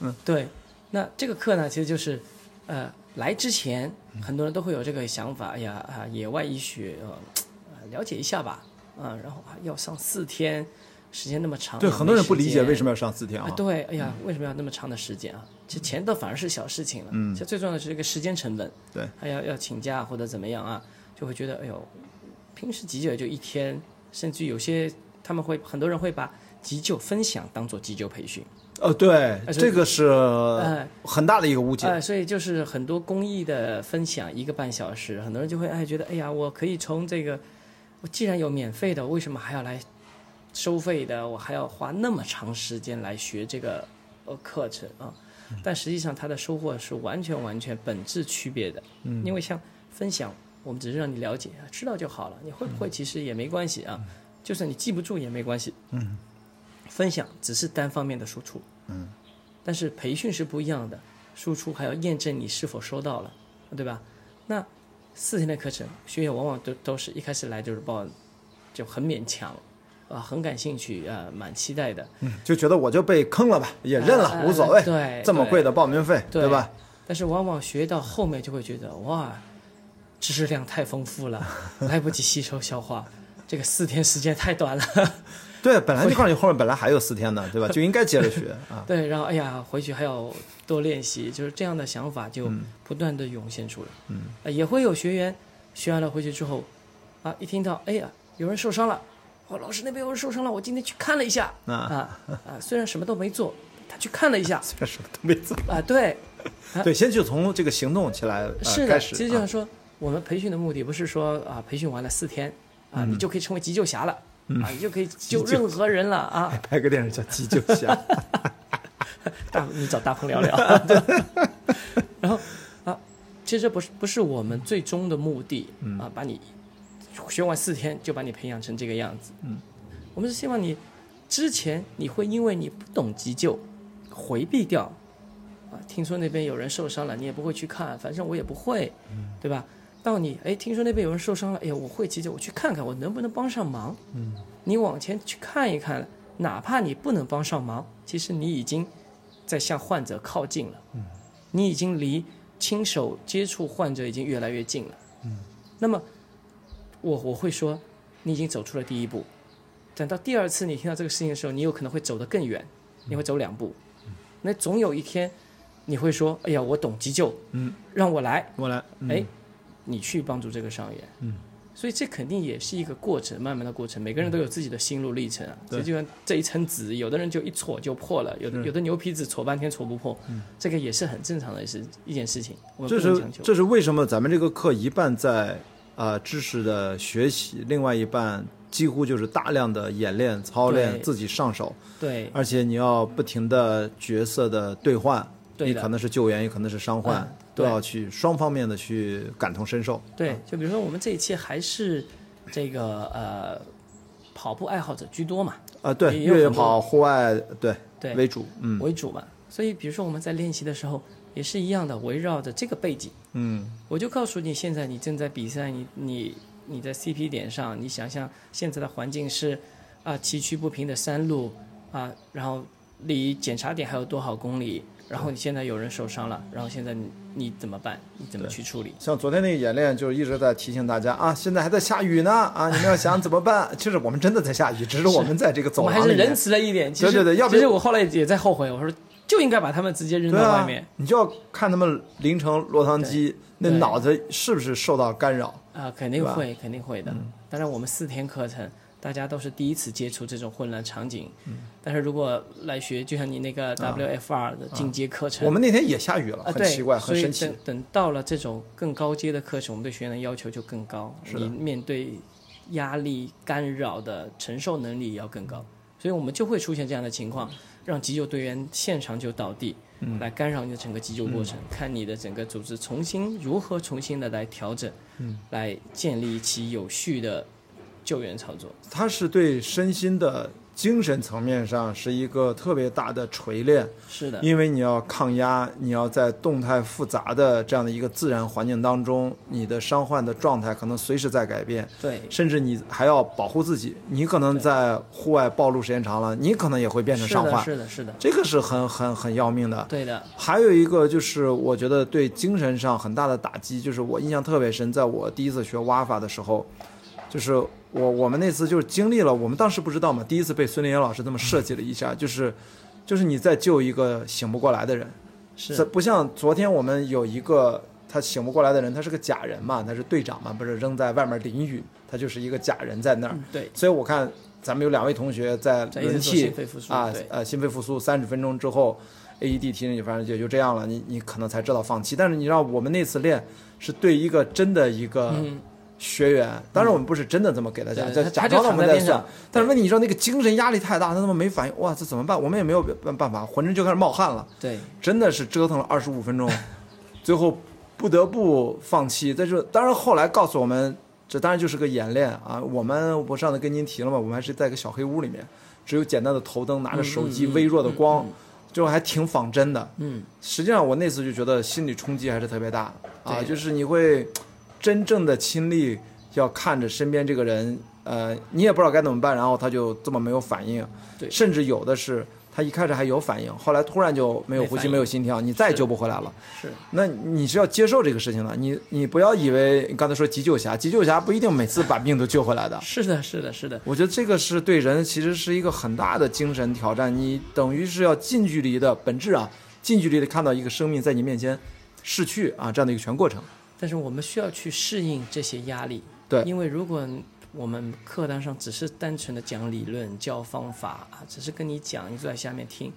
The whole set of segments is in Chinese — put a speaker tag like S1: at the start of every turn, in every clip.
S1: 嗯，
S2: 对，那这个课呢，其实就是，呃，来之前
S1: 嗯
S2: 很多人都会有这个想法，哎呀啊，野外医学，呃，呃了解一下吧，啊，然后啊要上四天，时间那么长，
S1: 对，很多人不理解为
S2: 么。
S1: 什么要上四天
S2: 啊，
S1: 啊？
S2: 对，哎呀，为什么要那么长的时间啊？其实
S1: 嗯
S2: 钱倒反而是小事情了，嗯，其实最重要的是这个时间成本，
S1: 对，
S2: 还要要请假或者怎么样啊，就会觉得哎呦，平时急救也就一天，甚至有些他们会很多人会把急救分享当做急救培训，
S1: 呃，对，
S2: 哎
S1: 这个是
S2: 哎
S1: 很大的一个误解。
S2: 哎，所以就是很多公益的分享一个半小时，很多人就会哎觉得哎呀，我可以从这个，我既然有免费的，为什么还要来收费的？我还要花那么长时间来学这个呃课程啊？
S1: 嗯
S2: 但实际上它的收获是完全完全本质区别的，嗯，因为像分享，我们只是让你了解知道就好了，你会不会
S1: 嗯
S2: 其实也没关系啊，就算你记不住也没关系，嗯，分享只是单方面的输出，但是培训是不一样的，输出还要验证你是否收到了，对吧？那四天的课程，学员往往都都是一开始来就是抱，就很勉强，啊、很感兴趣，啊、蛮期待的，
S1: 嗯就觉得我就被坑了吧，也认了，
S2: 哎
S1: 无所谓。
S2: 对
S1: 这么
S2: 对
S1: 贵的报名费，
S2: 对
S1: 吧？
S2: 但是往往学到后面就会觉得哇，知识量太丰富 了，来不及吸收消化，这个四天时间太短了。
S1: 对，本来就告诉你后面本来还有四天呢，对吧？就应该接着学啊。
S2: 对，然后哎呀，回去还要多练习，就是这样的想法就
S1: 嗯
S2: 不断的涌现出来。嗯、也会有学员学完了回去之后，啊，一听到哎呀有人受伤了，哦，老师那边有人受伤了，我今天去看了一下，
S1: 啊
S2: 啊啊，虽然什么都没做，他去看了一下，
S1: 这什么都没做。
S2: 啊，对，
S1: 对，先就从这个行动起来、呃、
S2: 是的，
S1: 开始。
S2: 其实就
S1: 啊
S2: 是说，我们培训的目的不是说啊，培训完了四天啊，
S1: 嗯
S2: 你就可以成为急救侠了。啊，你就可以救任何人了啊！
S1: 拍个电影叫《急救侠》，
S2: 大啊你找大鹏聊 聊。对然后啊，其实这不是不是我们最终的目的、啊，把你学完四天就把你培养成这个样子。嗯，我们是希望你之前你会因为你不懂急救，回避掉啊，听说那边有人受伤了，你也不会去看，反正我也不会，对吧？到你哎，听说那边有人受伤了，哎呀，我会急救，我去看看，我能不能帮上忙？嗯，你往前去看一看，哪怕你不能帮上忙，其实你已经在向患者靠近了。嗯，你已经离亲手接触患者已经越来越近了。嗯，那么我我会说，你已经走出了第一步。等到第二次你听到这个事情的时候，你有可能会走得更远，你会走两步。那总有一天，你会说：“哎呀，我懂急救，
S1: 嗯，
S2: 让 我来。”
S1: 我来。嗯
S2: 哎，你去帮助这个伤员，嗯，所以这肯定也是一个过程，慢慢的过程，每个人都有自己的心路历程
S1: 嗯
S2: 啊。这就像这一层纸，有的人就一戳就破了，有的有的牛皮纸戳半天戳不破，这个也是很正常的事一件事情，我们
S1: 嗯这
S2: 不能
S1: 是
S2: 强求。
S1: 这是为什么咱们这个课一半在啊、呃知识的学习，另外一半几乎就是大量的演练、操练，
S2: 对
S1: 自己上手，
S2: 对
S1: 而且你要不停的角色的兑换，
S2: 对
S1: 你
S2: 的
S1: 可能是救援，也可能是伤患，
S2: 嗯
S1: 都
S2: 对
S1: 要去双方面的去感同身受。
S2: 对，就比如说我们这一期还是这个呃跑步爱好者居多嘛，
S1: 啊、对，
S2: 也有
S1: 越野
S2: 很多
S1: 跑、户外对
S2: 对
S1: 为主，嗯
S2: 为主嘛。所以比如说我们在练习的时候也是一样的，围绕着这个背景。
S1: 嗯，
S2: 我就告诉你，现在你正在比赛，你你你在 CP 点上，你想象现在的环境是啊崎岖不平的山路啊，然后离检查点还有多少公里，然后你现在有人受伤了，然后现在你你怎么办？你怎么去处理？
S1: 像昨天那个演练，就是一直在提醒大家啊，现在还在下雨呢啊，你们要想怎 么办？其实我们真的在下雨，只是我们在这个
S2: 我
S1: 走
S2: 们还
S1: 廊
S2: 是
S1: 里
S2: 仁
S1: 面。
S2: 慈了一点，其实
S1: 对对对要不
S2: 其实我后来也在后悔，我说就应该把他们直接扔
S1: 对
S2: 到外
S1: 啊
S2: 面，
S1: 你就要看他们淋成落汤鸡，那
S2: 对对
S1: 脑子是不是受到干扰？
S2: 啊、肯定会肯定会的。当然我们四天课程。大家都是第一次接触这种混乱场景，但是如果来学，就像你那个 WFR 的进阶课程，
S1: 我们那天也下雨了，
S2: 啊，
S1: 很
S2: 对，
S1: 奇怪，很
S2: 所以
S1: 神奇
S2: 等。等到了这种更高阶的课程，我们对学员的要求就更高，你面对压力干扰的承受能力也要更高，所以我们就会出现这样的情况，让急救队员现场就倒地，
S1: 嗯
S2: 来干扰你的整个急救过程，看你的整个组织重新如何重新的来调整，嗯，来建立起有序的救援操作。
S1: 它是对身心的精神层面上是一个特别大的锤炼，
S2: 是的，
S1: 因为你要抗压，你要在动态复杂的这样的一个自然环境当中，你的伤患的状态可能随时在改变，
S2: 对，
S1: 甚至你还要保护自己，你可能在户外暴露时间长了，你可能也会变成
S2: 是
S1: 伤
S2: 的，
S1: 患，
S2: 是的，是的，
S1: 这个是很很很要命的。
S2: 对的，
S1: 还有一个就是，我觉得对精神上很大的打击，就是我印象特别深，在我第一次学挖法的时候，就是我我们那次就是经历了，我们当时不知道嘛，第一次被孙林岩老师这么设计了一下，就是就是你在救一个醒不过来的人，这
S2: 是
S1: 不像昨天我们有一个他醒不过来的人，他是个假人嘛，他是队长嘛，不是扔在外面淋雨，他就是一个假人在那儿，
S2: 嗯对，
S1: 所以我看咱们有两位同学在
S2: 在一直
S1: 轮
S2: 做
S1: 替
S2: 心肺复苏，
S1: 啊
S2: 对，
S1: 呃心肺复苏三十分钟之后，AED E 提示你，反正也就这样了，你你可能才知道放弃。但是你知道我们那次练是对一个真的一个
S2: 嗯，
S1: 学员，当然我们不是真的这么给他讲，
S2: 对
S1: 就
S2: 他
S1: 假
S2: 他就
S1: 装的我
S2: 躺
S1: 们
S2: 在
S1: 在
S2: 边
S1: 算
S2: 上。
S1: 但是问题，你知道那个精神压力太大，他他妈没反应，哇，这怎么办？我们也没有办办法，浑身就开始冒汗了，
S2: 对，
S1: 真的是折腾了二十五分钟， 最后不得不放弃。但是当然后来告诉我们，这当然就是个演练啊。我们我上次跟您提了嘛，我们还是在一个小黑屋里面，只有简单的头灯，拿着手
S2: 嗯
S1: 机
S2: 嗯嗯
S1: 微弱的光
S2: 嗯嗯，
S1: 就还挺仿真的。
S2: 嗯，
S1: 实际上我那次就觉得心理冲击还是特别大
S2: 对
S1: 啊，
S2: 的
S1: 就是你会真正的亲历，要看着身边这个人，呃，你也不知道该怎么办，然后他就这么没有反应，
S2: 对
S1: 甚至有的是他一开始还有反应，后来突然就没有
S2: 没
S1: 呼吸、
S2: 反应
S1: 没有心跳，你再也救不回来了。
S2: 是
S1: 那你是要接受这个事情的，你你不要以为你刚才说急救侠，急救侠不一定每次把病都救回来的。
S2: 是的，是的，是的，
S1: 我觉得这个是对人其实是一个很大的精神挑战，你等于是要近距离的本质啊，近距离的看到一个生命在你面前逝去啊，这样的一个全过程。
S2: 但是我们需要去适应这些压力，
S1: 对
S2: 因为如果我们课堂上只是单纯的讲理论、教方法啊，只是跟你讲，你坐在下面听，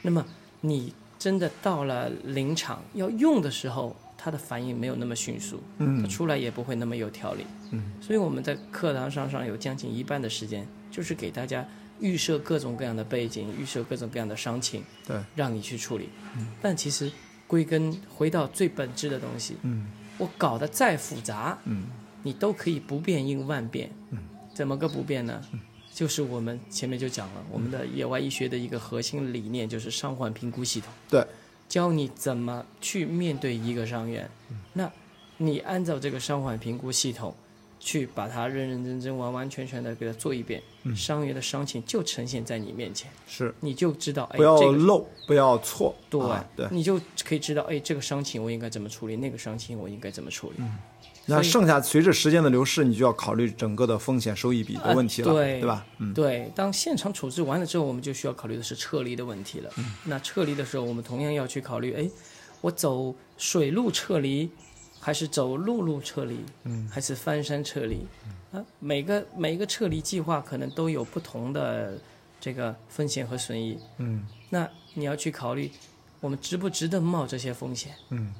S2: 那么你真的到了临场要用的时候，它的反应没有那么迅速，
S1: 嗯
S2: 它出来也不会那么有条理，
S1: 嗯，
S2: 所以我们在课堂上上有将近一半的时间，就是给大家预设各种各样的背景，预设各种各样的伤情，
S1: 对，
S2: 让你去处理，
S1: 嗯
S2: 但其实归根回到最本质的东西，
S1: 嗯
S2: 我搞得再复杂，
S1: 嗯，
S2: 你都可以不变应万变。怎么个不变呢？
S1: 嗯
S2: 就是我们前面就讲了，我们的野外医学的一个核心理念就是伤患评估系统，
S1: 对，
S2: 教你怎么去面对一个伤员。
S1: 嗯
S2: 那你按照这个伤患评估系统去把它认认真真、完完全全的给它做一遍，
S1: 嗯
S2: 伤员的伤情就呈现在你面前，
S1: 是
S2: 你就知道，哎，
S1: 不要
S2: 这个
S1: 漏，不要错，
S2: 对、
S1: 啊、对。
S2: 你就可以知道，哎，这个伤情我应该怎么处理，那个伤情我应该怎么处理。
S1: 嗯那剩下随着时间的流逝，你就要考虑整个的风险收益比的问题了，
S2: 啊对
S1: 吧？嗯，
S2: 对，当现场处置完了之后，我们就需要考虑的是撤离的问题
S1: 嗯
S2: 了。那撤离的时候，我们同样要去考虑，哎，我走水路撤离，还是走陆路撤离，嗯，还是翻山撤离？
S1: 嗯
S2: 啊，每个每个撤离计划可能都有不同的这个风险和损益。
S1: 嗯
S2: 那你要去考虑，我们值不值得冒这些风险？
S1: 嗯，